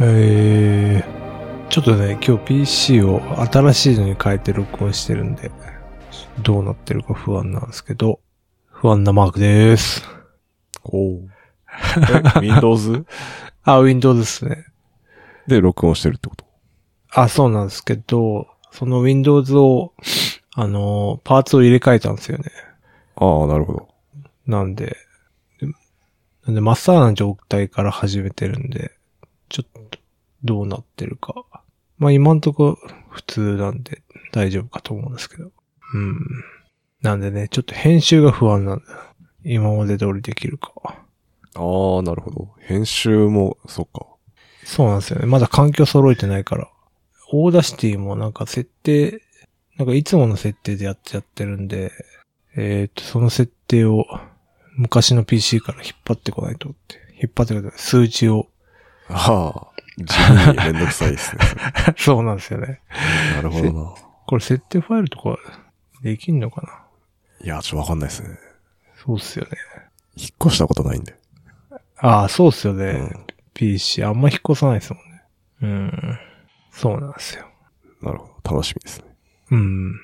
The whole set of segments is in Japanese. えー、ちょっとね、今日 PC を新しいのに変えて録音してるんで、どうなってるか不安なんですけど、不安なマークです。おう。え Windows あ、Windows ですね。 で録音してるってことあ、そうなんですけど、その Windows を、あの、パーツを入れ替えたんですよね。ああ、なるほど。なんで、でなんで真っさらな状態から始めてるんで、ちょっとどうなってるか。まあ今んとこ普通なんで大丈夫かと思うんですけど。うん。なんでね、ちょっと編集が不安なんだ。今まで通りできるか。ああ、なるほど。編集も、そっか。そうなんですよね。まだ環境揃えてないから。オーダーシティもなんか設定、なんかいつもの設定でやっちゃってるんで、えっ、と、その設定を昔の PC から引っ張ってこないとって。引っ張ってこない。数値を。 ああ、地味にめんどくさいです ね。それそうなんですよね。なるほどな。これ設定ファイルとかできんのかないや、ちょっとわかんないですね。そうっすよね。引っ越したことないんで。ああ、そうっすよね。うん。 PC あんま引っ越さないですもんね。うん。そうなんですよ。なるほど。楽しみですね。うん。ま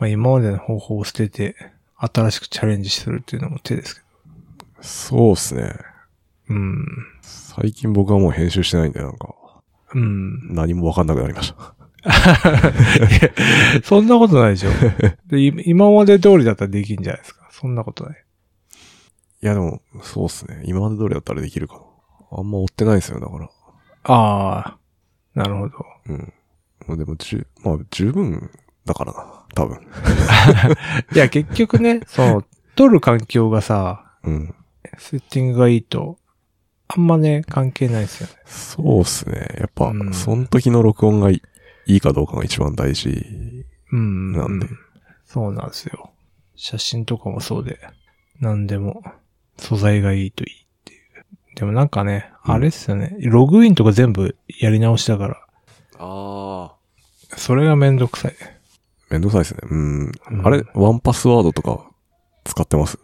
あ今までの方法を捨てて、新しくチャレンジするっていうのも手ですけど。そうっすね。うん。最近僕はもう編集してないんで、なんか、うん。何もわかんなくなりました。 そんなことないで しょ。でい今まで通りだったらできんじゃないですか。そんなことない。いや、でも、そうっすね。今まで通りだったらできるかな。あんま追ってないですよ、だから。ああ。なるほど。うん。まあでも、じゅ、まあ、十分だからな。多分。いや、結局ね、 その、撮る環境がさ、うん。セッティングがいいと、あんまね、関係ないですよね。そうっすね。やっぱ、うんその時の録音がいいいかどうかが一番大事。うん。なんでそうなんですよ。写真とかもそうで、なんでも、素材がいいといいっていう。でもなんかね、うんあれっすよね。ログインとか全部やり直しだから、ああ。それがめんどくさい。めんどくさいですね。うん。うんあれ、ワンパスワードとか使ってます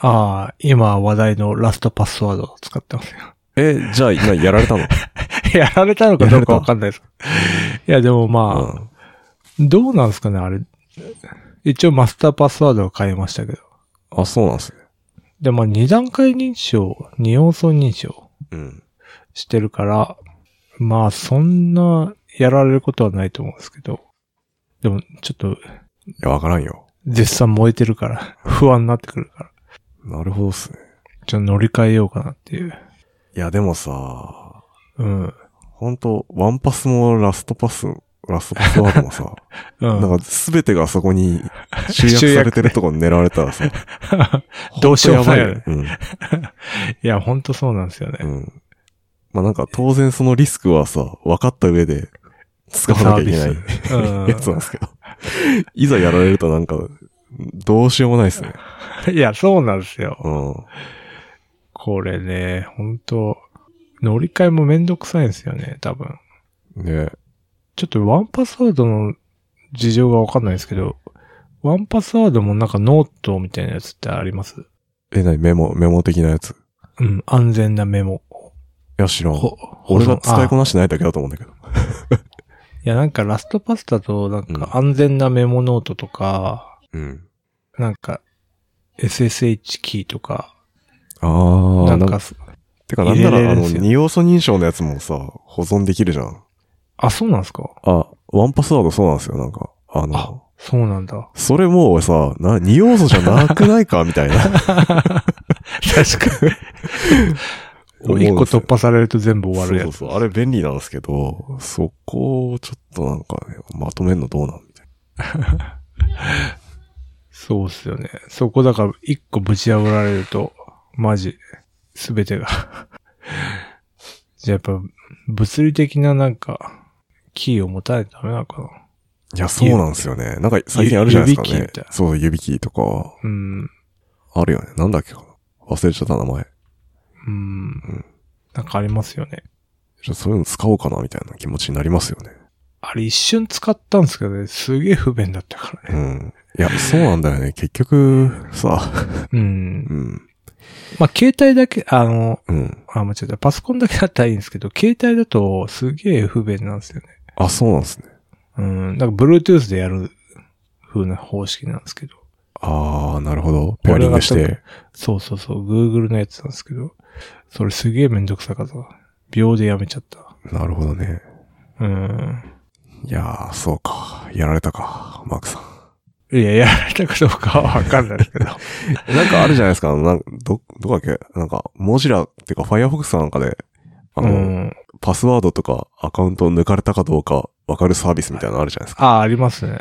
ああ、今話題のラストパスワードを使ってますよ。え、じゃあ今やられたの やられたのかどうかわかんないです。いや、でも うまあ、ん。どうなんですかね、あれ。一応マスターパスワードは変えましたけど。あ、そうなんですね。で、まあ、二段階認証、二要素認証うん。してるから、まあ、そんな、やられることはないと思うんですけど。でも、ちょっと、いや、わからんよ。絶賛燃えてるから、 不安になってくるから、なるほどっすね。ちょっと乗り換えようかなっていう。いや、でもさ、うん。ほんと、ワンパスもラストパス、ラストパスワードもさ、 うなんん。かすべてがそこに集約されてるとこに狙われたらさ、 どうしようもないよね。ほんとやばいよね。いや、ほんとそうなんですよね。うん。うん。まあ、なんか当然そのリスクはさ、分かった上で使わなきゃいけないサービやスつなんですけど。いざやられるとなんか、どうし ようもないですね。うん。いや、そうなんですよ。うん。これね、本当乗り換えもめんどくさいんですよね、多分。ねちょっとワンパスワードの事情がわかんないですけど、ワンパスワードもなんかノートみたいなやつってありますえ、なにメモ、メモ的なやつ。いうん、安全なメモ。や、知らん。ほ俺が使いこあなしてないだけだと思うんだけど。いや、なんかラストパスだと、なんうんか安全なメモノートとか、うん。なんか SSH キーとか、あなあ、んなんかか、す、てかなんなら入れれあるんの、ですよ二要素認証のやつもさ、保存できるじゃん。あ、そうなんですかあ、ワンパスワードそうなんですよ、なんか。あの、あそうなんだ。それもうさ、な、二要素じゃなくないかみたい な。確 か思うんに。です一よ個突破されると全部終そわうるやつ。そうそう。あれ便利なんですけど、そこをちょっとなんかね、まとめるのどうなんみたいそうっすよね。そこだから一個ぶち破られると、マジ、すべてが。じゃあやっぱ、物理的ななんか、キーを持たないとダメなのかな。な。いや、そうなんですよね。なんか最近あるじゃないです指かね指キーみたい。なそう、指キーとか、うん。うあるよね。なんだっけかな。忘れちゃった名前。ん。なんかありますよね。ちょそういうの使おうかな、みたいな気持ちになりますよね。あれ一瞬使ったんですけどね、すげえ不便だ ったからうね。ん。いや、そうなんだよね。結局、さ、うんう。ん。まあ、携帯だけ、あの、うん。あ、間違えた。パソコンだけだったらいいんですけど、携帯だとすげえ不便なんですよね。あ、そうなんですね。うん。なんか Bluetooth でやる風な方式なんですけど。ああ、なるほど。ペアリングし俺がて。そうそうそう、Google のやつなんですけど、それすげえめんどくさかった。秒でやめちゃった。なるほどね。うん。いやー、そうか。やられたか、マークさん。いや、やられたかどうかはわかんないですけど。なんかあるじゃないですか。あのなんど、どこだっけなんか、モジラっていうか、Firefox なんかで、 あうの、ん。パスワードとかアカウントを抜かれたかどうかわかるサービスみたいなのあるじゃないですか。ああ、ありますね。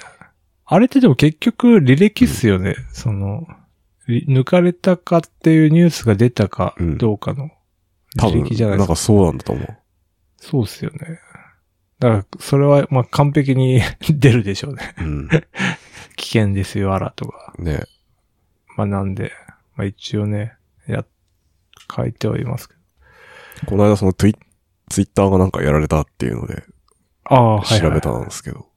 あれってでも結局履歴っすよね。その、り抜かれたかっていうニュースが出たかどうかの多履分、歴じゃないなでんすか。かそうなんだと思う。そうっすよね。だから、それは、まあ、完璧に 出るでしょうね。うん。危険ですよ、あらとか。ねまあ、なんで、まあ、一応ね、や、書いてはいますけど。この間そのツイツイッターがなんかやられたっていうのでああ、はい、調べたんですけど、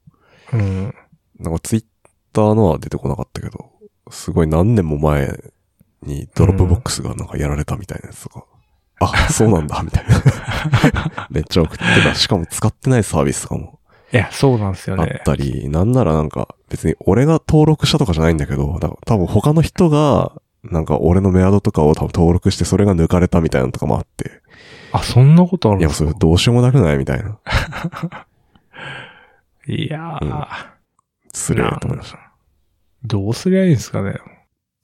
うん。なんかツイッターのは出てこなかったけど、すごい何年も前にドロップボックスがなんかやられたみたいなやつと か、あ、そうなんだ、みたいな。めっちゃ送ってた。しかも使ってないサービスとかもいや、そうなんですよあっね。たり、なんならなんか別に俺が登録したとかじゃないんだけど、だ多分他の人が、なんか俺のメアドとかを多分登録してそれが抜かれたみたいなのとかもあって、あ、そんなことあるんいやでそすれかどうしようもなくないみたいな、いやー、うんすると思いました。どうすりゃいいんですかね。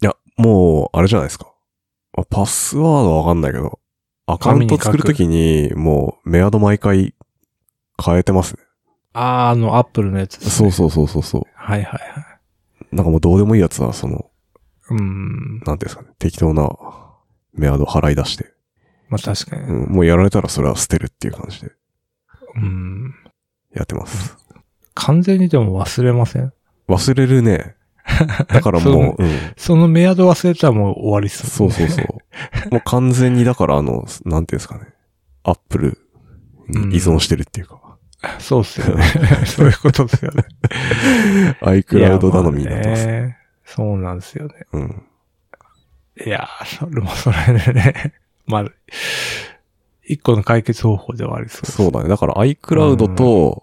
いや、もう、あれじゃないですか。まあパスワードはわかんないけど、アカウント作るときに、もう、メアド毎回変えてますね。ああ、あの、アップルのやつですねそうそうそうそうそはいはいはい。う。なんかもうどうでもいいやつは、その、うん。なんていうんですかね、適当なメアド払い出して、まあ、確かうに。ん、もうやられたらそれは捨てるっていう感じでうん。やってます。完全にでも忘れません。忘れるね。 だからもう、うん、そのメアド忘れたらもう終わりっすそもうんねそうそう。もう完全にだからあの、なんていうんですかね、アップルに依存してるっていうか。 そうっすよね。そういうことですよ ね。 iCloud 頼みになってます。いやまあねそうなんですよね。うん。いやー、それもそれでね。 まあ、一個の解決方法ではありそうです。そうだね。だから iCloud と、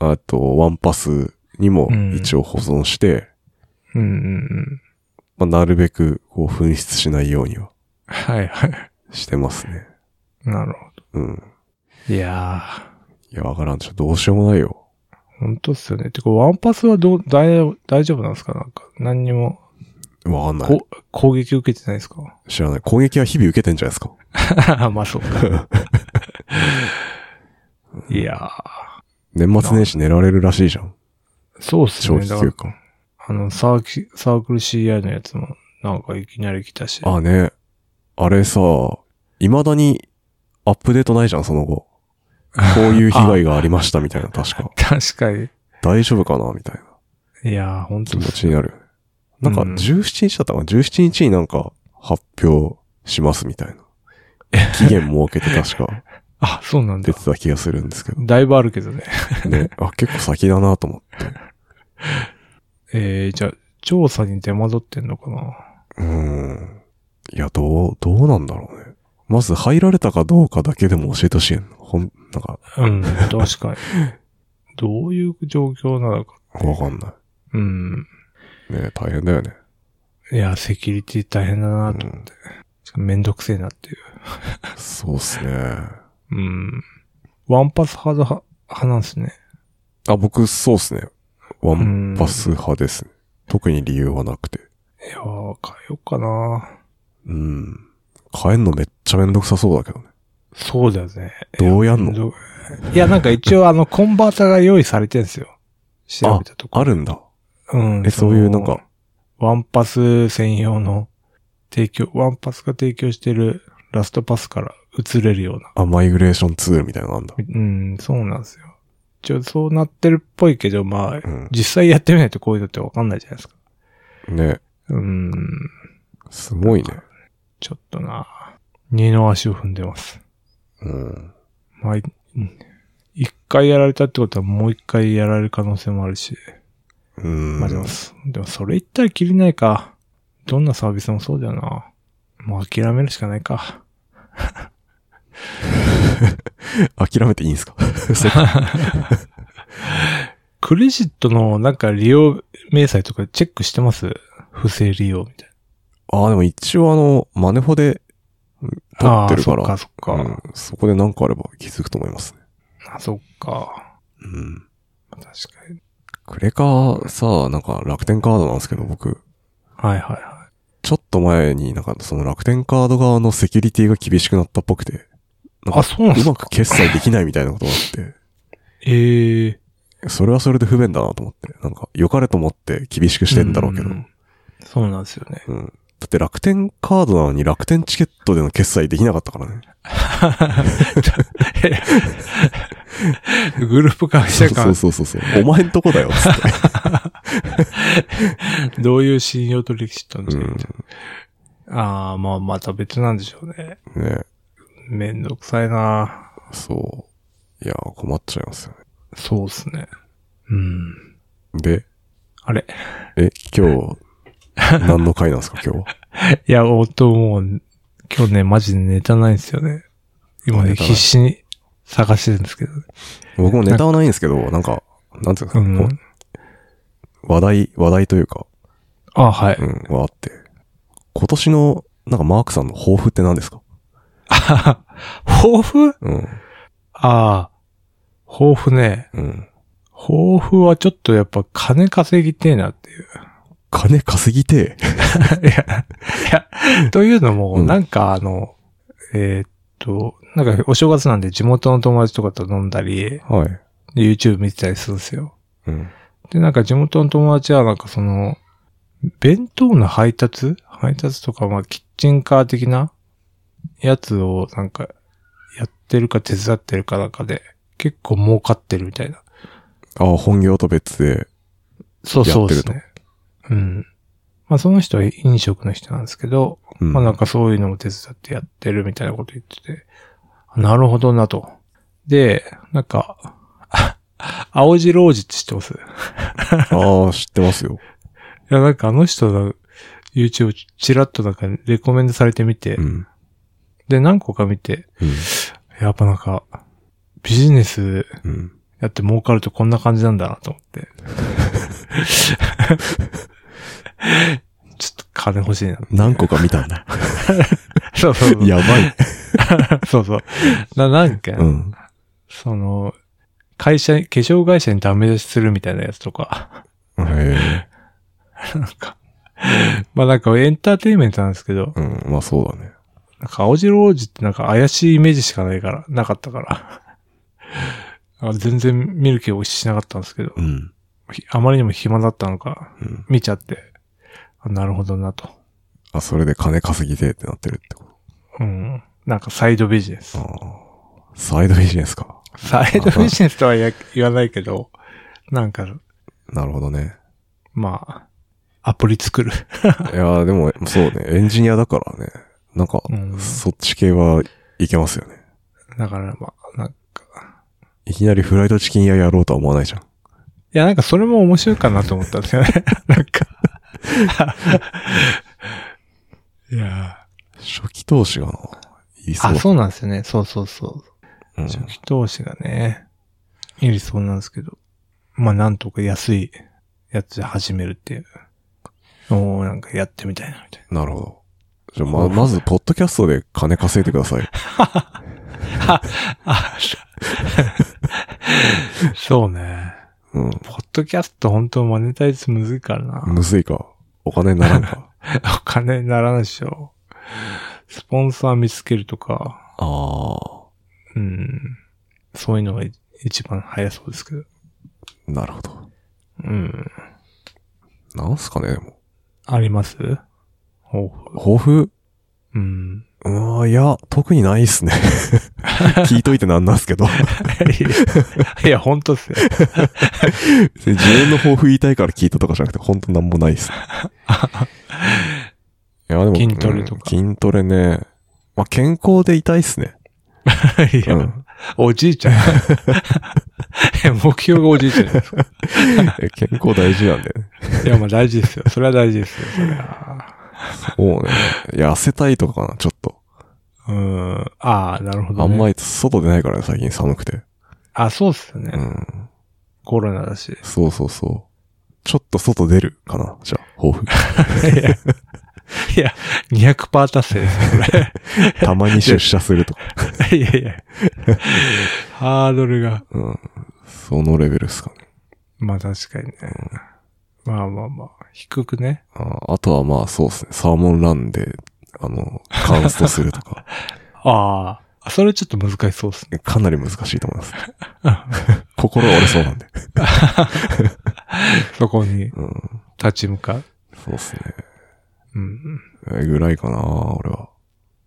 あと、ワンパスにも一応保存して、うんうんうん。まあ、なるべく、こう、紛失しないようにははいはい。してますね。なるほうん。ど。いやー。いや、わからんでしょ。どうしようもないよ。本当っすよね。てか、ワンパスはどう、大丈夫大丈夫なんですかなんか、何にも、わかんない。こ、攻撃受けてないですか知らない。攻撃は日々受けてんじゃないですか。 まあ、そうか。 いやー、年末年始寝られるらしいじゃん。そうっす長ね。期だか休ら、暇。あの、サーキサークル CI のやつも、なんかいきなり来たし。。あ、ね。あれさ、未だにアップデートないじゃん、その後。こういう被害がありましたみたいな、確か 確かに。大丈夫かなみたいな。いやー、本気当っ持すちになるよね。なんか、うん17日だったかな ?17 日になんか、発表しますみたいな。期限設けて 確かあ、そうなん出だ。てた気がするんですけだいぶあるけどね。ど。ね。あ、結構先だなと思って。えー、じゃあ、調査に出戻ってんのかなうーん。いや、どう、どうなんだろうね。まず入られたかどうかだけでも教えてほしいの。ほん、なんか、 うん、確かに。どういう状況なのか。わかんなうん。い。ね大変だよね。いや、セキュリティ大変だうなと。ん。しかもめんどくせえなっていう。そうっすね。うん。ワンパス派だ、派なんですね。あ、僕、そうっすね。ワンパス派ですね。特に理由はなくて。いやー、変えようかなうん。変えんのめっちゃめんどくさそうだけどね。そうだよね。どうやんのどいや、なんか一応あの、コンバータが用意されてんすよ。調べたとこ。あるんだ。うんえ、そういうなん。のか、ワンパス専用の提供、ワンパスが提供してるラストパスから移れるような。あ、マイグレーションツールみたいなのあんだ。うん、そうなんですよ。一応そうなってるっぽいけど、まあ、う実際やってみないとこういうのってわかんないじゃないですか。ん。ね。うん、すごいね。ちょっとな二の足を踏んでます。うん。まあ、いうん一回やられたってことはもう一回やられる可能性もあるし。うん。まあでも、でもそれ言ったらきりないか。どんなサービスもそうだよな。うもう諦めるしかないか。 諦めていいんですか そうクレジットのなんか利用明細とかチェックしてます不正利用みたいああ、でも一応あの、マネホでな。撮ってるから。ああ、そっかそっか。うんそこで何かあれば気づくと思いますね。あ、そっか。うん。確かに。クレカさ、なんか楽天カードなんですけど、僕、はいはいはちょっと前になんかその楽天カード側のセキュリティが厳しくなったっぽ くて、ない。んかあ、そうなんでうすまかく決済できないみたいなことがあって、ええそれはそれで不便だなと思って、なんか良かれと思って厳しくしてんだろうけど、んそうなんですよね。うん。だって楽天カードなのに楽天チケットでの決済できなかったからね。 グループ会社そう間、そうそうそう。 お前んとこだよ、つって。どういう信用取引したんでう すか、ん。ああ、まあまた別なんでしょうね。ねめんどくさいな。そう。いや、困っちゃいますよね。そうっすね。うん。で、あれえ、 今日、何の回なんですか、今日は。いや、音もう、今日ね、マジでネタないんですよね。今ね、ネタない必死に探してるんですけどね。僕もネタはないんですけど、なんか、なんていううんですか、こん。う話題、話題というか、。あ、はいうん、はあって。今年の、なんかマークさんの抱負って何ですか 抱負うん、ああ。抱負ね。うん。抱負はちょっとやっぱ金稼ぎてえなっていう。金稼ぎていや、いや、というのも、うんなんかあの、えーっと、なんかお正月なんで地元の友達とかと飲んだり、え。はい。 YouTube 見てたりするんですよ。うん。で、なんか地元の友達はなんかその、弁当の配達配達とか、まあ、キッチンカー的なやつをなんか、やってるか手伝ってるかなんかで、結構儲かってるみたいな。ああ、本業と別で。そうそそううでですすねね。うん。まあ、その人は飲食の人なんですけど、うん。まあなんかそういうのも手伝ってやってるみたいなこと言ってて、あなるほどなと。で、なんか、 あ青白王子って知ってますいああ、知ってますよ。やなんかあの人の YouTube チラッとなんかレコメンドされてみて、うん。で何個か見て、うん。やっぱなんかビジネスうん。やって儲かるとこんな感じなんだなと思 って。ちょっと金欲しいな。 何個か見たんだ。そうそうそう。やばい。そうそう。な、なんか、うん。その、会社、化粧会社にダメ出しするみたいなやつとか、 へえ。なんか、まあなんかエンターテインメントなんですけど、うん。まあそうだね。なんか青白王子ってなんか怪しいイメージしかないから、なかったから。 あ全然見る気をしなかったんですけど、うん。ひあまりにも暇だったのか、うん。見ちゃって、あなるほどなと。あ、それで金稼ぎてってなってるってこうん。なんかサイドビジネスと。。ああ。サイドビジネスか。サイドビジネスとは言わ言わないけど、なんか、なるほどね。まあ、アプリ作る。いやーでも、そうね、エンジニアだからね。なんか、うんそっち系はいけますよね。だからまあ、なんか、いきなりフライドチキン屋やろうとは思わないじゃん。いや、なんかそれも面白いかなと思ったんですよ ね。なんか。いや初期投資がな、いいそうあ、だ。そうなんですよね。そうそうそうう。ん初期投資がね、やりそうなんですけど。まあ、なんとか安いやつで始めるっていう。おー、なんかやってみたいな、みたいなるほど。じゃあ、ま、まず、ポッドキャストで金稼いでください。な。 あ、そうね。うん。ポッドキャスト本当マネタイズむずいからな。むずいか。お金になら んか。お金にならないでしょ。スポンサー見つけるとか。ああ。うん。そういうのがい一番早そうですけど。なるほど。うん。なんすかね、でも。ありますほう。抱負 うん。うーん、いや、特にないっ すね。聞いといてなんなんすけど。いや、本当っすよ。自分の抱負言いたいから聞いたとかじゃなくて、ほんとなんもない です。いや、でも。筋トレとかうん筋トレね。まあ、健康でいたいっすね。いや、うんおじいちゃん。え 目標がおじいちゃんじゃないですか。 え健康大事なんだよね。いや、まあ大事ですよ。それは大事ですよ。それはもうね、痩せたいとかかな、ちょっと。うん。ああ、なるほあど、ね。んまり外出ないからね、最近寒くて。あ、そうっすよね。うん。コロナだし。そうそうそう。ちょっと外出るかな、じゃあ、抱 負。いや、いや、200%達成ですよ、たまに出社するとか。これ。いやいや。ハードルが。うん。そのレベルっすかね。まあ確かにね。まあまあまあ、低くね。ああとはまあそうですね。サーモンランで、あの、カンストするとか、 ああ、それちょっと難しそうっすね。かなり難しいと思います。心折れそうなんで。 そこにうん。立ち向かう。そうですね。うん。えぐらいかな、俺は。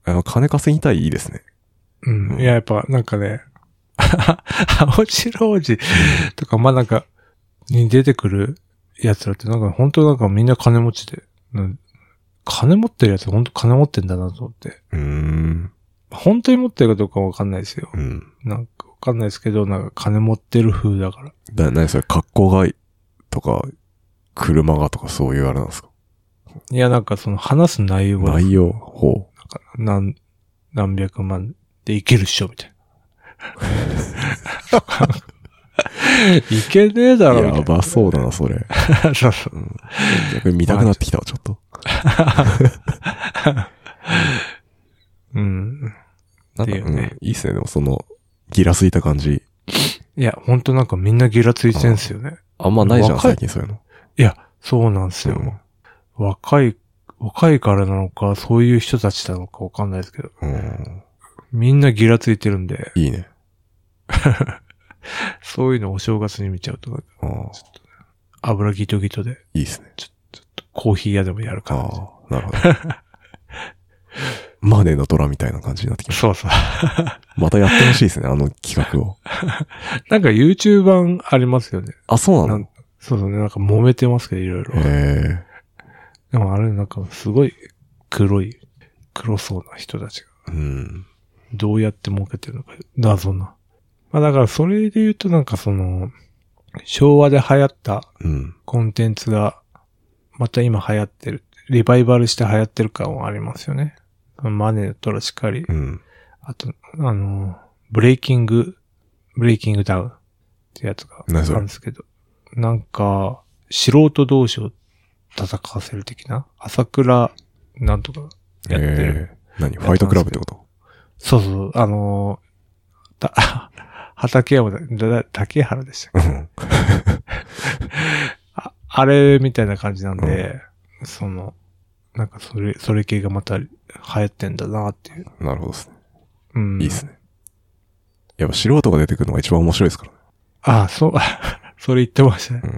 あ金稼ぎたいいいですね。うん。うんいや、やっぱなんかね、 青白王子とか、まあなんか、に出てくる奴らってなんか本当なんかみんな金持ちで、うん金持ってる奴本当金持ってんだなと思って。うーん。本当に持ってるかどうかわかんないですよ。うん。なんかわかんないですけど、なんか金持ってる風だから。だ、なにそれ、格好がいいとか、車がとかそういうあれなんですかいや、なんかその話す内容が内容、ほう。何、何百万でいけるっしょ、みたいな。 いけねえだろ、みたやいな。ばそうだな、それ。そうそう逆に見たくなってきたわ、ちょっと。うん。なんってか、いううんね、いいっすね、でもその、ギラついた感じ。いや、ほんとなんかみんなギラついてんすよね。あんまないじゃん、若い最近そういうの。いや、そうなんすよ。若い、若いからなのか、そういう人たちなのかわかんないですけど、うんうん。みんなギラついてるんで、いいね。そういうのお正月に見ちゃうと、ああ油ギトギトで、いいっすね。コーヒー屋でもやるあ感じ。あ、なるほど。 マネーの虎みたいな感じになってきましそうそう。た。またやってほしいですね、あの企画を。なんか YouTube 版ありますよね。あ、そうななのんそうそうね。なんか揉めてますけど、いろいろ。へでもあれなんかすごい黒い、黒そうな人たちがえ。うん。どうやって儲けてるのか謎な。まあだからそれで言うとなんかその、昭和で流行ったうん。コンテンツがまた今流行ってる。リバイバルして流行ってる感はありますよね。マネーとらしっかりう。ん。あと、あの、ブレイキング、ブレイキングダウンってやつがあ何それるんですけど、なんか、素人同士を戦わせる的な朝倉なんとかやってる。ええ。何ファイトクラブってことそうそう、あのー、た、 畠山だ、だ、竹原でしたっけうん。ああれみたいな感じなんで、その、なんかそれ、それ系がまた流行ってんだなっていう。なるほどですね。うん。いいっすね。やっぱ素人が出てくるのが一番面白いですからね。ああ、そう、 それ言ってましたね。うん。や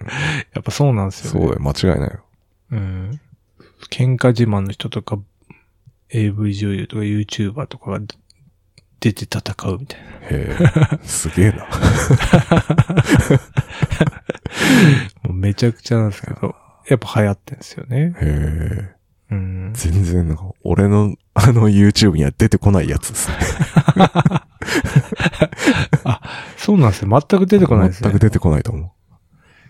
っぱそうなんですよ、そね。うだよ、間違いないよ。うん。喧嘩自慢の人とか、AV 女優とか YouTuber とかが出て戦うみたいな。へ え。すげえな。もうめちゃくちゃなんですけど、やっぱ流行ってんですよね。へえ。うん。全然なんか、俺の、あの YouTube には出てこないやつですね。そうなんですよ。全く出てこないです全ねく。出てこないと思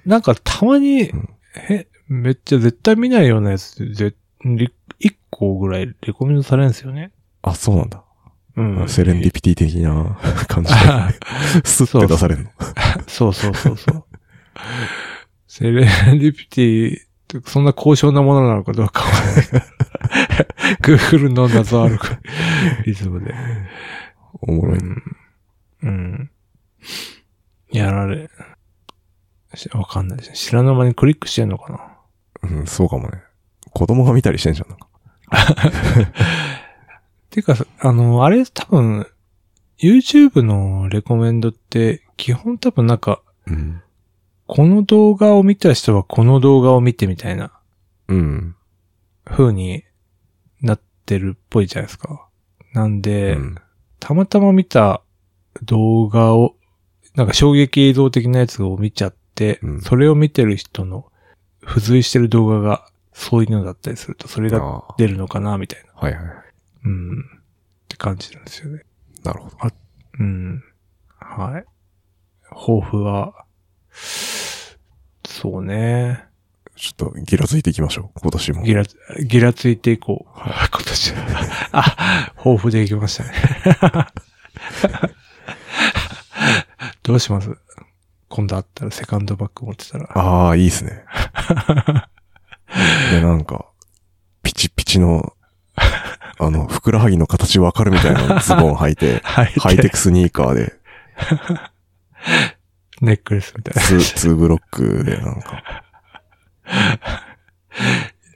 なんかたまに、うんえ、めっちゃ絶対見ないようなやつで、ぜリ一個ぐらいレコメンドされるんですよね。う。あ、そうなんだ。うん。セレンディピティ的 な感じあで、スッて出されるの。そうそうそうそう。 セレンディピティとか、そんな高尚なものなのかどうかは。Google の謎あるリズムで。おもろい。うん。やられ。しわかんないですね。知らぬ間にクリックしてんのかなうん、そうかもね。子供が見たりしてんじゃん、なんか。ていうか、あの、あれ多分、YouTube のレコメンドって、基本多分なんか、うん。この動画を見た人はこの動画を見てみたいなうん。風になってるっぽいじゃないですか。なんうで、ん。たまたま見た動画を、なんか衝撃映像的なやつを見ちゃって、うんそれを見てる人の付随してる動画がそういうのだったりすると、それあがあ出るのかな、みたいな。はいはい。うん。って感じなんですよね。なるほど。うん。はい。抱負は、そうね。ちょっとギラついていきましょう。今年も。ギラ、ギラついていこう。今年。あ、豊富でいきましたね。 どうします今度会ったらセカンドバッグ持ってたら。、ああ、いいですね。で、なんか、ピチピチの、あの、ふくらはぎの形わかるみたいなズボン履いて はいハイテクスニーカーで、ネックレスみたいな。ツー、 ツーブロックでなんか、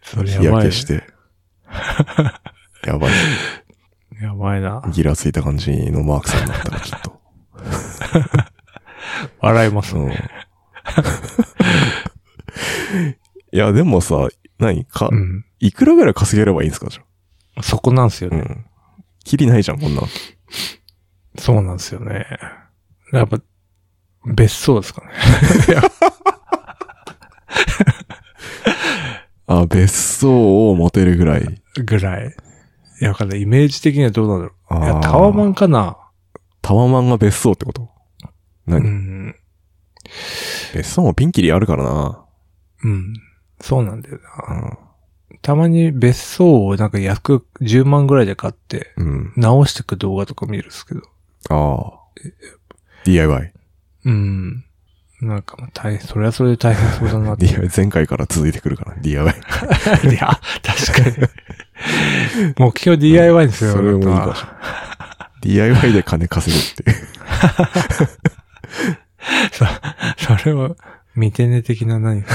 それ日や焼ばい け。して。やばい。やばいな。ギラついた感じのマークさんに なったらちょっと。笑いますう ね。ん。いや、でもさ、何かう、ん。いくらぐらい稼げればいいんですかじゃそこなんですよあ。うね。ん。きりないじゃん、こんな。そうなんですよね。やっぱ、別荘ですかね。あ、別荘を持てるぐらい。ぐらい。いや、わかんない。イメージ的にはどうなんだろあう。いーや、タワマン。かな。タワマンが別荘ってことう何、ん。別荘もピンキリあるからな。うん。そうなんだような。たまに別荘をなんか約10万ぐらいで買って、ん。うん。直してく動画とか見るんですけど。ああ。DIY。うん。なんかまあ大変、それはそれで大変そうだなって。 い DIY 前回から続いてくるから、DIY。 や、確か に。目標 DIY ですよ、それもいいあなたかもは DIY で金稼ぐって いう。それは、見てね的な 何か。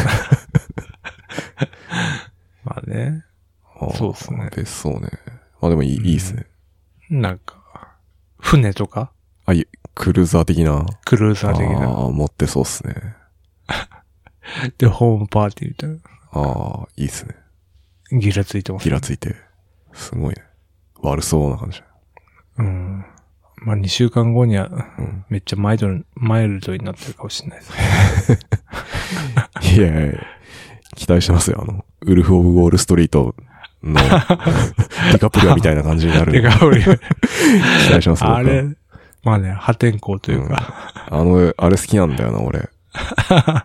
まあね。そうっすね別荘ね。まあでもいい、うんいいっすね。なんか、船とかあ、いクルーザー的な。クルーザー的な。ああ、持ってそうっすね。で、ホームパーティーみたいな。ああ、いいっすね。ギラついてますギ。ラついて。すごいね。悪そうな感じ。うん。まあ、2週間後には、うん。めっちゃマイルドに、マイルドになってるかもしれないです。いやいやいや期待してますよ。あの、ウルフ・オブ・ウォール・ストリート の、ディカプリオみたいな感じになる。て期か、俺、待してますよ。あれ、まあね、破天荒というか、僕はあの、あれ好きなんだよな、俺。あ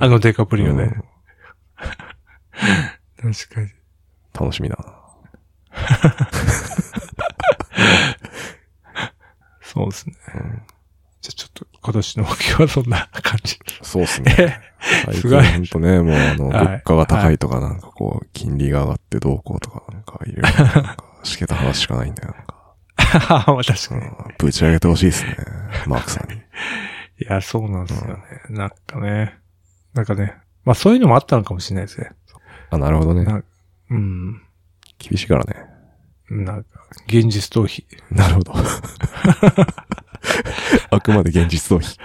のデカプリオね。うん確かに。楽しみだな。そうですね。うんじゃあちょっと、今年の目標はそんな感じ。 そうっすね。最すご近いほんとね、もうあの、はい物価が高いとかなんかこう、金利が上がってどうこうとかなんかいろいろなんか、しけた話しかないんだよ。なんかまあ確かに。うんぶち上げてほしいですね。マークさんに。いや、そうなんですよね。なんかね。なんかね。まあそういうのもあったのかもしれないですね。 あ、なるほどね。うん。厳しいからね。なんか、現実逃避。なる ほど。あくまで現実逃避。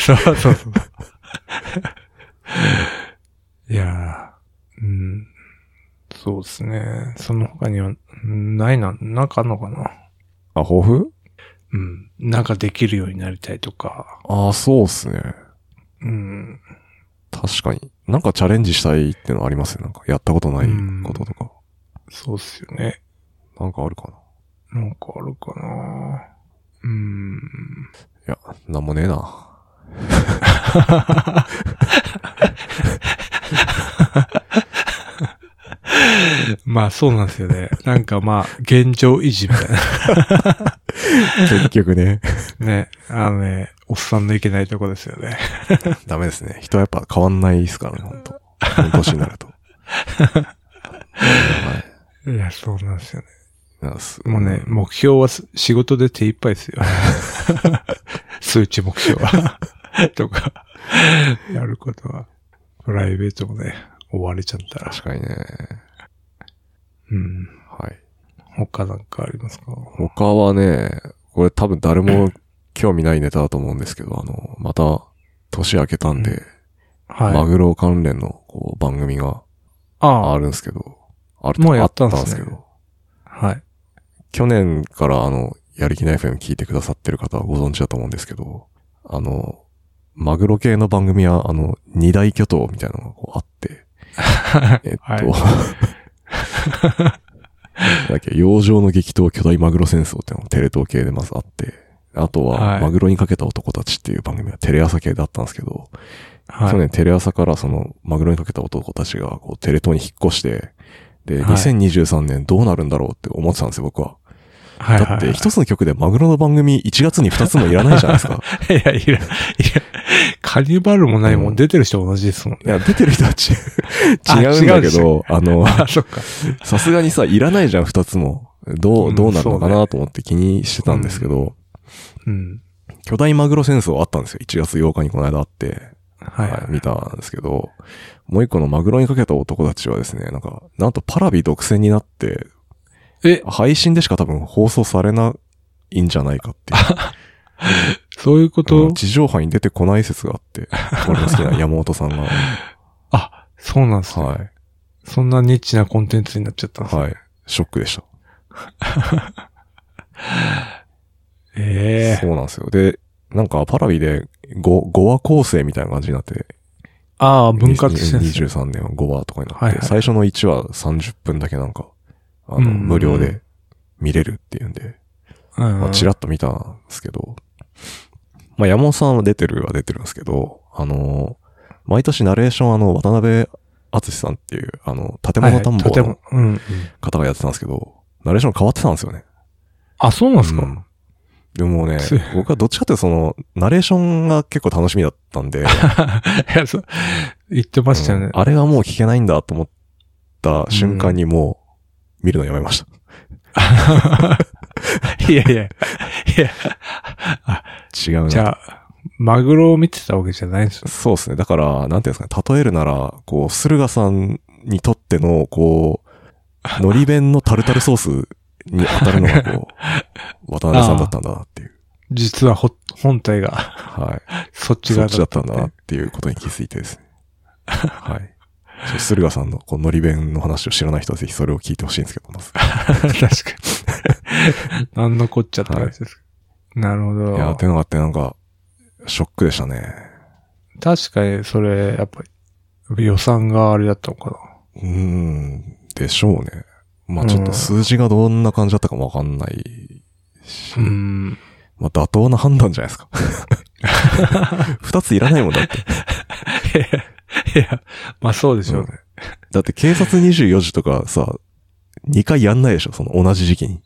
そうそうそう。いやー、うん。そうですね。その他には、うんないな、なんかあんのかな。あ、抱負うん。なんかできるようになりたいとか、あ、そうっすね。うん。確かに。なんかチャレンジしたいってのありますね。なんか、やったことないこととか。そうっすよね。なんかあるかな。なんかあるかなうん。いや、なんもねえな。 まあそうなんですよ ね。なんかまあ、現状維持みたいな。結局ね。 ね。あのね、おっさんのいけないとこですよね。ダメですね。人はやっぱ変わんないですからね、ほんと。この年に なると。いや、そうなんですよね。なんすもうね、目標はす仕事で手一杯です よ。数値目標は。 とか、やることは。プライベートもね、追われちゃったら。確かにね。うん。はい。他なんかありますか他はね、これ多分誰 も興味ないネタだと思うんですけど、あの、また年明けたんで、はい。マグロ関連のこう番組があああ、るんですけど、あるもうやったんあすねけど、はい。去年からあの、やる気ない FM 聞いてくださってる方はご存知だと思うんですけど、あの、マグロ系の番組は、あの、二大巨頭みたいなのがこうあって、 えっと、はいだっけ、洋上の激闘巨大マグロ戦争っていうのがテレ東系でまずあって、あとは、はいマグロにかけた男たちっていう番組はテレ朝系だったんですけど、はい。去年テレ朝からそのマグロにかけた男たちがこうテレ東に引っ越して、で、はい2023年どうなるんだろうって思ってたんですよ、僕は。はいはいはだっい、て一つの曲でマグロの番組1月に2つもいらないじゃないです か。いや、いや、いや、カニバルもないもうんん、出てる人同じですもんいや、出てる人はちあ違うんだけ違うど、あの、あ、 そっか。さすがにさ、いらないじゃん、2つも。どうう、んどうなるのそかうなと思って気にしてたんですけど、うん。巨大マグロ戦争あったんですよ。1月8日にこの間あって、はい。はい見たんですけど、もう一個のマグロにかけた男たちはですね、なんか、なんとパラビ独占になって、え、配信でしか多分放送されないんじゃないかっていうそういうこあとの。地上波に出てこない説があ って、俺の好きな山本さんが。はあ、そうなんですね。い。そんなニッチなコンテンツになっちゃったんですねはい。ショックでした。ええそうなんですよ。で、なんかパラビで5、5話構成みたいな感じになって、ああ、分割してんすね23年は5話とかになって、はいはい最初の1話30分だけなんか、あうんの、うんうん無料で見れるっていうんで、うんまあ、ちらっと見たんですけど、まあ、山本さんは出てるは出てるんですけど、あの、毎年ナレーションあの、渡辺敦さんっていう、あの、建はい物はいと探て訪のもうんうん。方がやってたんですけど、ナレーション変わってたんですよね。あ、そうなんですか、うんでもねつい、僕はどっちかっていうとその、ナレーションが結構楽しみだった んで、いや、そう、言ってましたよね。うんあれはもう聞けないんだと思った瞬間にもう、見るのやめました。 いやいや、いや、違うな。じゃあ、マグロを見てたわけじゃないんですよ。そうですね。だから、なんていうんですかね、例えるなら、こう、駿河さんにとっての、こう、海苔弁のタルタルソースに当たるのが、こ う、渡辺さんだったんだなっていう。実はほ、本体が、はい。そっち そ側っちだだっ。たんだなっていうことに気づいてですね。はい。ちょ駿河さんの、こう、海苔弁の話を知らない人はぜひそれを聞いてほしいんですけど、まず。確 かに。なんのこっちゃった話です。なるほいや、ど。てのがあって、なんか、ショックでしたね。確かに、それ、やっぱり、予算があれだったのかな。うーん、でしょうね。まあちょっと数字がどんな感じだったかもわかんないし、うん。 まあ、妥当な判断じゃないですか。二ついらないもんだって。いや、まあそうでし ょうね。だって警察24時とかさ、2回やんないでしょその同じ時期に。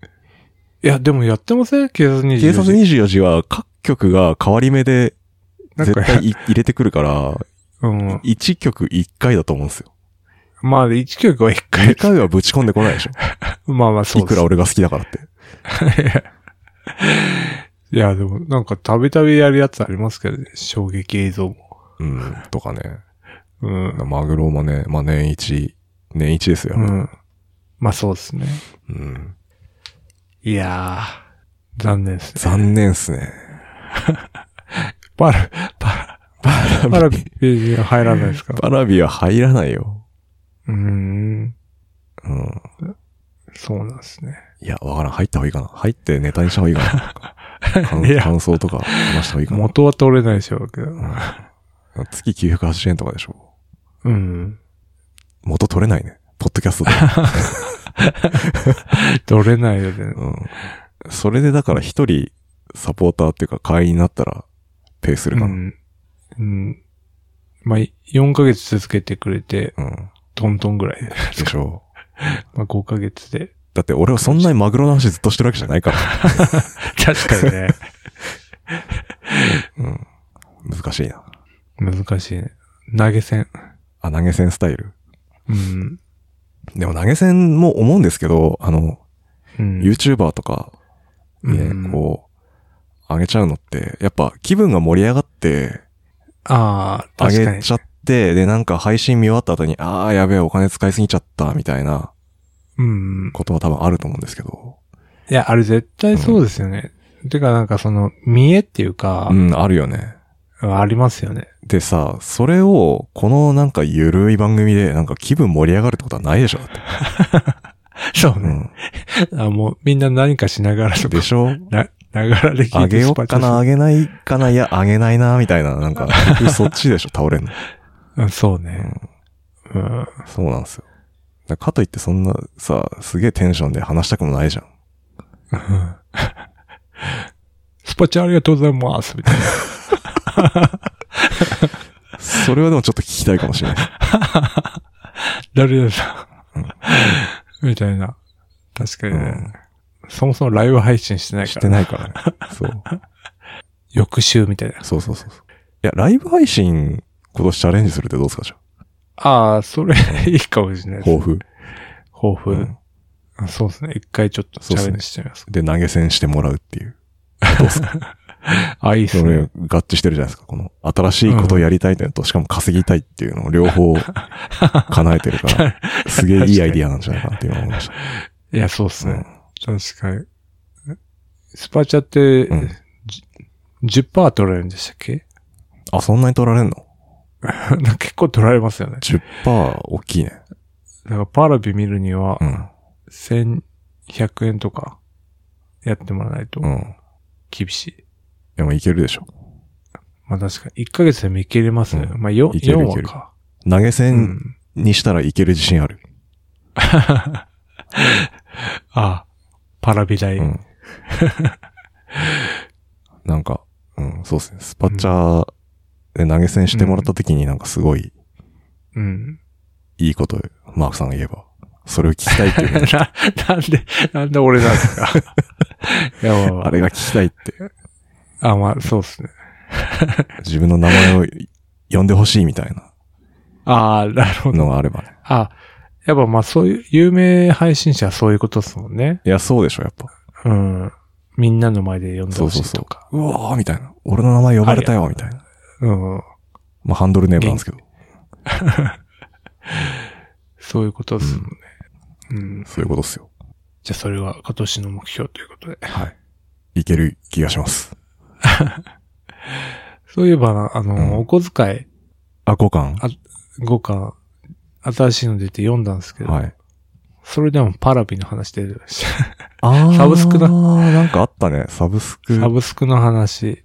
いや、でもやってません警察に。警察24時は各局が変わり目でなん絶か、対い入れてくるから、うん。 1局1回だと思うんですよ。 まあ、1曲は1 2回。回はぶち込んでこないでしょまあまあ、そういくら俺が好きだからって。いや、でも、なんか、たびたびやるやつありますけどね。衝撃映像も。うん、とかね。うん。マグロもね、まあ年一、年一ですよ。うん。まあ、そうですね。うん。いやー、残念ですね。残念っす ね。パラ、パラ、パラビーが入らないですか パラビは入らないよ。うーん。うん。そうなんですね。いや、わからん。入った方がいいかな。入ってネタにした方がいいか な感い。や感想とか話した方がいいかな。元は取れないでしょうけど。うん月980円とかでしょ。うん。元取れないね。ポッドキャストで。取れないよね。うん。それでだから一人サポーターっていうか会員になったらペイするうかな。ん。うん。まあ、4ヶ月続けてくれて、うん。トントンぐらい。 でしょう。まあ、5ヶ月で。だって俺はそんなにマグロの話ずっとしてるわけじゃないから。 確かにね。うん。難しいな。 難しいね。投げ銭。あ、投げ銭スタイル。うん。でも投げ銭も思うんですけど、あの、うん。 YouTuber とかでうん、こう、上げちゃうのって、やっぱ気分が盛り上がって、ああ、確上かげに。ちゃって、で、なんか配信見終わった後に、あーやべえ、お金使いすぎちゃった、みたいなうん。ことは多分あると思うんですけど。いや、あれ絶対そうですよね。てか、なんかその、見えっていうかう、ん、あるよね。ありますよね。でさ、それを、このなんかゆるい番組で、なんか気分盛り上がるってことはないでしょだってそううね。ん。 あもう、みんな何かしながらとかで、しょな、ながらで聞いてあげよスパうチャかするな、あげないかな、いや、あげないな、みたいな、な んか、結局そっちでしょ、倒れんの。うんそううね。んうん。そうなんですよ。だからかといってそんなさ、すげえテンションで話したくもないじゃん。スパチャありがとうございます、みたいな。そそれはでもちょっと聞きたいかもしれない です。誰々だ。みたいな。確かにね、そもそもライブ配信してないしかてら。ないからね。そう。翌週みたいな。そうそうそうそう。いや、ライブ配信、今年チャレンジするってどうですかじゃああ、それいいかもしれなあいです。抱負。抱負、うんあそうですね。一回ちょっとチャレンジしてみます。で、投げ銭してもらうっていう。あ、いいっすそね。れ、合致してるじゃないですか。この、新しいことをやりたいっていうのと、しかも稼ぎたいっていうのを両方叶えてるから、すげえいいアイディアなんじ ゃないかなって今思いました。いや、そうですうね、ん確かに。スパチャって、うん10%取られるんでしたっけ あ、そんなに取られんのなんか結構取られますよね。 ?10% 大きいね。だからパラビ見るにはう、ん。 1100円とか、やってもらわないとうん。厳しい。でもいけるでしょ。まあ確かに、1ヶ月で見切れますね。うまあ 4, いけ4るいけ話るか。投げう銭ん。にしたらいける自信ある。ああ、パラビ代。うん。 なんか、うん、そうですね。スパチャで投げ銭してもらった時になんかすごいうん。 いいこと、マークさんが言えば、それを聞きたいって いうね、な、なんで、なんで俺なんです かいや、まあまああれが聞きたいって、あ、まあ、そうっすね。自分の名前を呼んでほしいみたいなああ、なるほど。のがあればね。あ、やっぱまあそういう、有名配信者はそういうことっすもんね。いや、そうでしょ、やっぱ。うん。みんなの前で呼んでそほうしそういそとうか。。うわーみたいな。俺の名前呼ばれたよ、みたいな。うん。まあ、ハンドルネームなんですけど、そういうことっすもんね。うん。そういうことっすよ。じゃあそれは今年の目標ということで。はい。いける気がします。そういえばな、あの、うんお小遣あ、五感あい5巻、新しいの出て読んだんですけど、はい。それでもパラビの話出てました。あーサブスクだ。なんかあったね。サブスク。サブスクの話。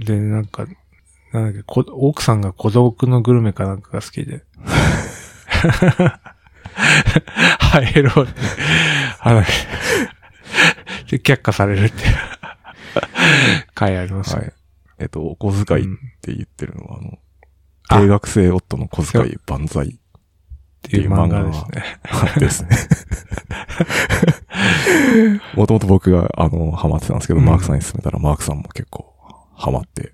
で、なんか、なんだっけ、こ奥さんが孤独のグルメかなんかが好きで。入ろうって。話で、却下されるって。回ありましたはね。い。えっと、お小遣いっうんって言ってるのは、あの、あ定額制夫の小遣い万歳ていう漫画ですね。ですね。もともと僕が、あの、ハマってたんですけど、うんマークさんに勧めたら、マークさんも結構、ハマって、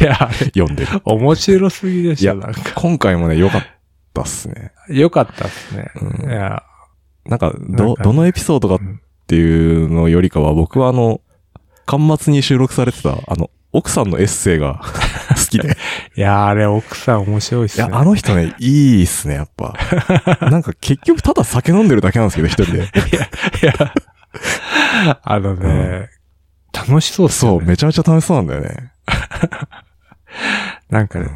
いや、あれ読んでる。面白すぎでしいやた。なんか、 今回もね、良かったっすね。良かったですね。うんいや、なんか、なんど、かどのエピソードがっていうのよりかは、僕はあの、端末に収録されてた、あの、奥さんのエッセイが 好きで。いや、あれ奥さん面白いっいすや、ね。あの人ね、いいっすね、やっぱ。 なんか結局ただ酒飲んでるだけなんですけど、一人で。いや、あのね、楽しそうっすそよう、ね。めちゃめちゃ楽しそうなんだよね。なんかね、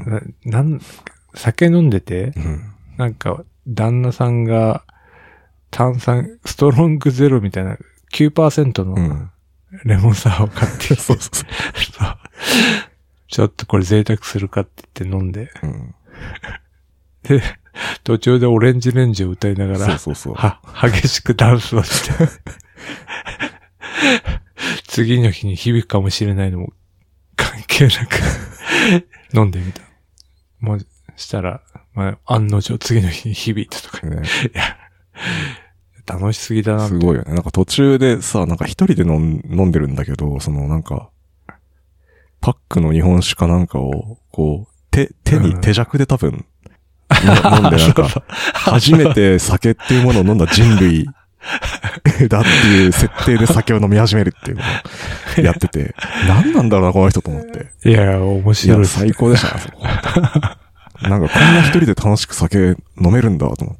ななん、酒飲んでて、うん。なんか、旦那さんが、炭酸、ストロングゼロみたいな、9%うのん。レモンサワーを買ってきて、 そうそうそそう ちょっとこれ贅沢するかって言って飲んで、う。うん。で、途中でオレンジレンジを歌いながそうら、そうそう。は、激しくダンスを して、次の日に響くかもしれないのも関係なく飲んでみた。もう、したら、まあ、案の定次の日に響いたとか、ね、楽しすぎだなってすごいよね。なんか途中でさ、なんか一人で飲ん飲んでるんだけど、そのなんか、パックの日本酒かなんかを、こう、手、手うにん手弱で多分、 の飲んでなんか、初めて酒っていうものを飲んだ人類 だっていう設定で酒を飲み始めるっていうのをやってて、何なんだろうな、この人と思って。いや、面い白いや、です。最高でしたね、そこ。なんかこんな一人で楽しく酒飲めるんだと思っ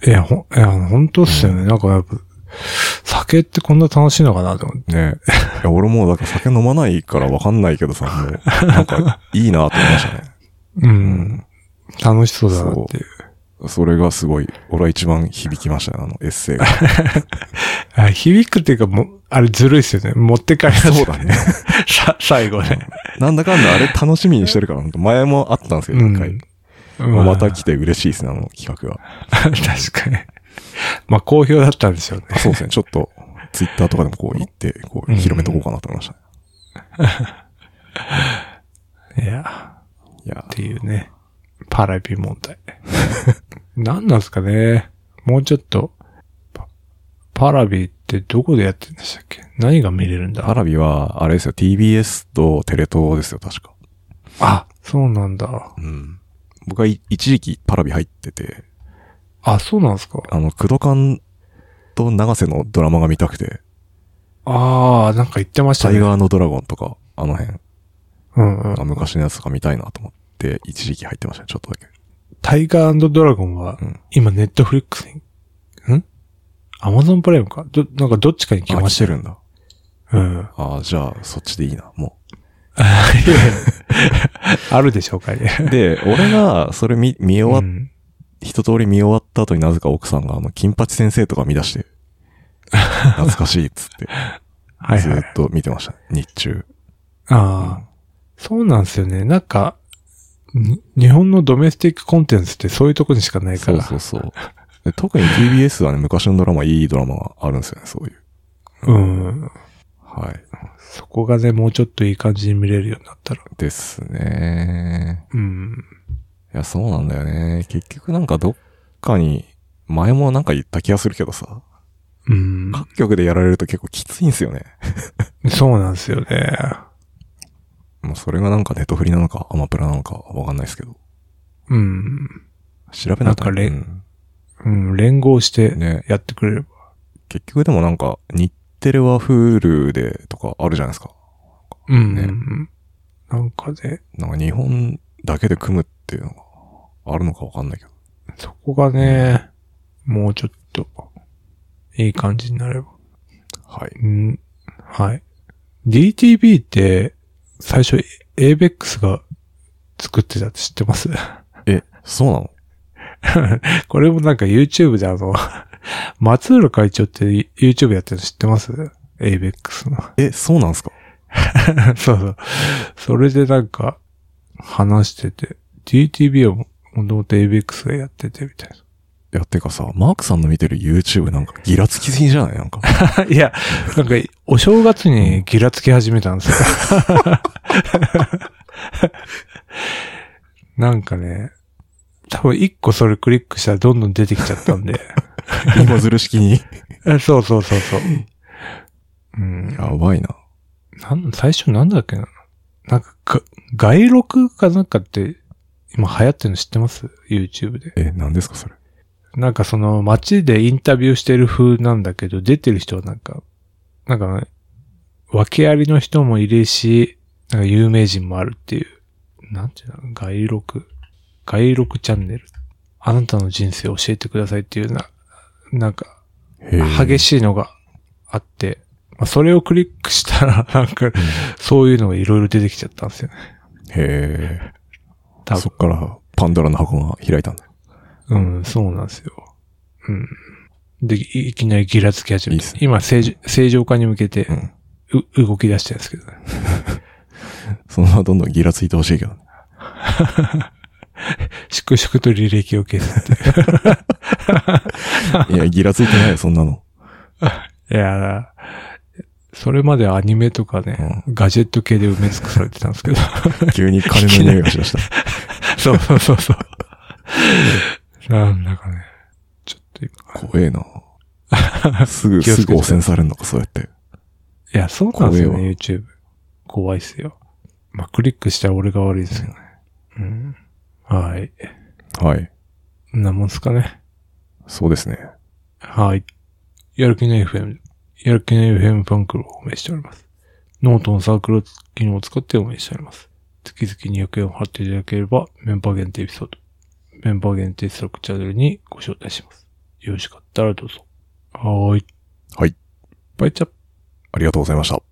て。いや、ほん、いや、本当っすよね。なんかやっぱ、酒ってこんな楽しいのかなと思って。 ねえ。いや、俺もうだから酒飲まないからわかんないけどさ、もう、なんかいいなと思いました ね。うん。うん。楽しそうだなっていう。それがすごい、俺は一番響きましたね、あのエッセイが。あ響くっていうか、もう、あれずるいっすよね。持って帰りそうだね。 さ、最後ね。なんだかんだあれ楽しみにしてるから、ほんと前もあったんですけど、一回。うんまあまた来て嬉しいですね、あの企画が。 確かに。まあ、好評だったんですよね。あそうですね、ちょっと、ツイッターとかでもこう行って、こう、広めとこうかなと思いましたね。いや、いやっ、ていうね。腹いび問題。 何なんすかね。もうちょっと、パパラビってどこでやってるんでしたっけ何が見れるんだパラビは、あれですよ、TBS とテレ東ですよ、確か。あ、そうなんだ。うん。僕はい一時期パラビ入ってて、あ、そうなんですか。あの、クドカンと長瀬のドラマが見たくて、あー、なんか言ってましたタイね。ガーのドラゴンとか、あの辺、うんうんあ。昔のやつとか見たいなと思って、一時期入ってましたね、ちょっとだけ。タイガードラゴンは、うん今ネットフリックスに、んアマゾンプライムかど、なんかどっちかに来あま来してるんだ。た。うん。ああ、じゃあ、そっちでいいな、もあるでしょうかね。う。 で、俺が、それ見、見終わうっ、ん一通り見終わった後になぜか奥さんが、あの、金八先生とか見出 して、懐かしいっつって、はいずはい。ーっと見てましたね、日中。ああ。そうなんですよね。なんか、に日本のドメスティックコンテンツってそういうとこにしかないかそら。うそうそう。で特に TBS はね、昔のドラマ、いいドラマがあるんですよね、そういう。うん。はい。そこがね、もうちょっといい感じに見れるようになったら。ですね。うん。いや、そうなんだよね。結局なんかどっかに、前もなんか言った気がするけどさ、うん。各局でやられると結構きついんすよね。そうなんですよね。もうそれがなんかネットフリなのか、アマプラなのかわかんないですけど。うん。調べなきゃなんかれうんうん。連合してね。やってくれれば。結局でもなんか、日テレは Hulu でとかあるじゃないですか。うん。ねなんかね、なんか日本だけで組むっていうのがあるのかわかんないけど。そこがね、もうちょっと、いい感じになれば。はい。うん。はい。DTV って、最初、ABEX が作ってたって知ってます え、そうなのこれもなんか YouTube であの、 松浦会長って YouTube やってるの知ってます ?ABEX の。 え、そうなんすかそうそう。それでなんか、話してて、DTV をもともと ABEX がやっててみたいな。いや、てかさ、マークさんの見てる YouTube なんかギラつきすぎじゃないな んか。いや、なんか、お正月にギラつき始めたんですよ。 なんかね、多分一個それクリックしたらどんどん出てきちゃったんで。芋づる式に。えそうそうそうそう。うん。やばいな。なん最初なんだっけななんかが、外録かなんかって、今流行ってるの知ってます ?YouTube で。え、何ですかそれ。なんかその街でインタビューしてる風なんだけど、出てる人はなんか、なんか、ね、訳ありの人もいるし、なんか有名人もあるっていう。なんていうの外録。外録チャンネル。あなたの人生を教えてくださいっていうな、なんか、激ししい。いのがあって、まあ、それをクリックしたら、なんか、そういうのがいろいろ出てきちゃったんですよね。へ多え。分そっからパンドラの箱が開いたんだ。うん、そうなんですよ。うん。で、いいきなりギラつき始めいいってすね、今正常、正常化に向けてうん、う動き出してるんですけどね。そのままどんどんギラついてほしいけ どね。粛々と履歴を消すっていう。いや、ギラついてないよ、そんなの。 いやー、それまではアニメとかね、ガジェット系で埋め尽くされてたんですけど。急に金の匂いがしだした。 そうそうそうそう。 なんだかね。ちょっと今、怖えな。すぐ、 気をつすけてぐ汚染されるのか、そうやって。いや、そうなんですよ怖えね、YouTube。怖いっすよ。まあ、クリックしたら俺が悪いですよね。うん。はい。はい。こんなもんすかね。そうですね。はい。やる気ない FM、やる気ない FM ファンクルを運営しております。ノートのサークル機能を使って運営しております。月々200円を払っていただければ、メンバー限定エピソード、メンバー限定スラックチャンネルにご招待します。よろしかったらどうぞ。はーい。はい。バイチャップありがとうございました。